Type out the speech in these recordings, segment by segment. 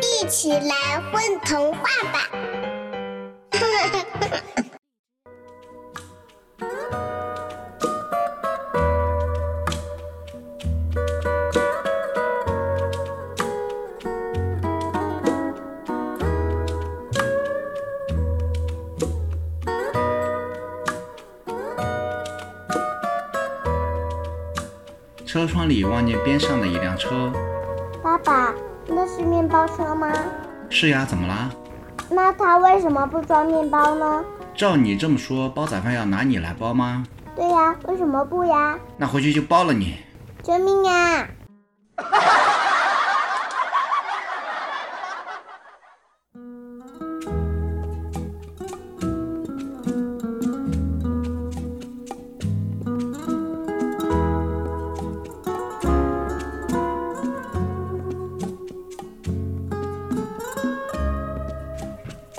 一起来混童话吧！车窗里望见边上的一辆车。 爸爸，那是面包车吗？是呀，怎么啦？那它为什么不装面包呢？照你这么说，煲仔饭要拿你来包吗？对呀，为什么不呀？那回去就包了你。救命啊！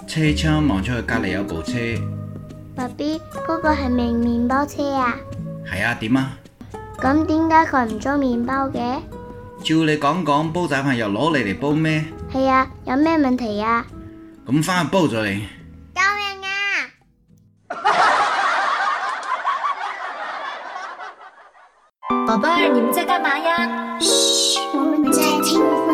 車窗望出去，隔離有部車。爸 B，嗰個係咪麵包車啊？係啊，點啊？咁點解佢唔裝麵包嘅？照你講講，煲仔飯又攞你嚟煲咩？係啊，有咩問題啊？咁翻去煲咗你。救命啊！宝贝儿，你们在干嘛呀？我们在听。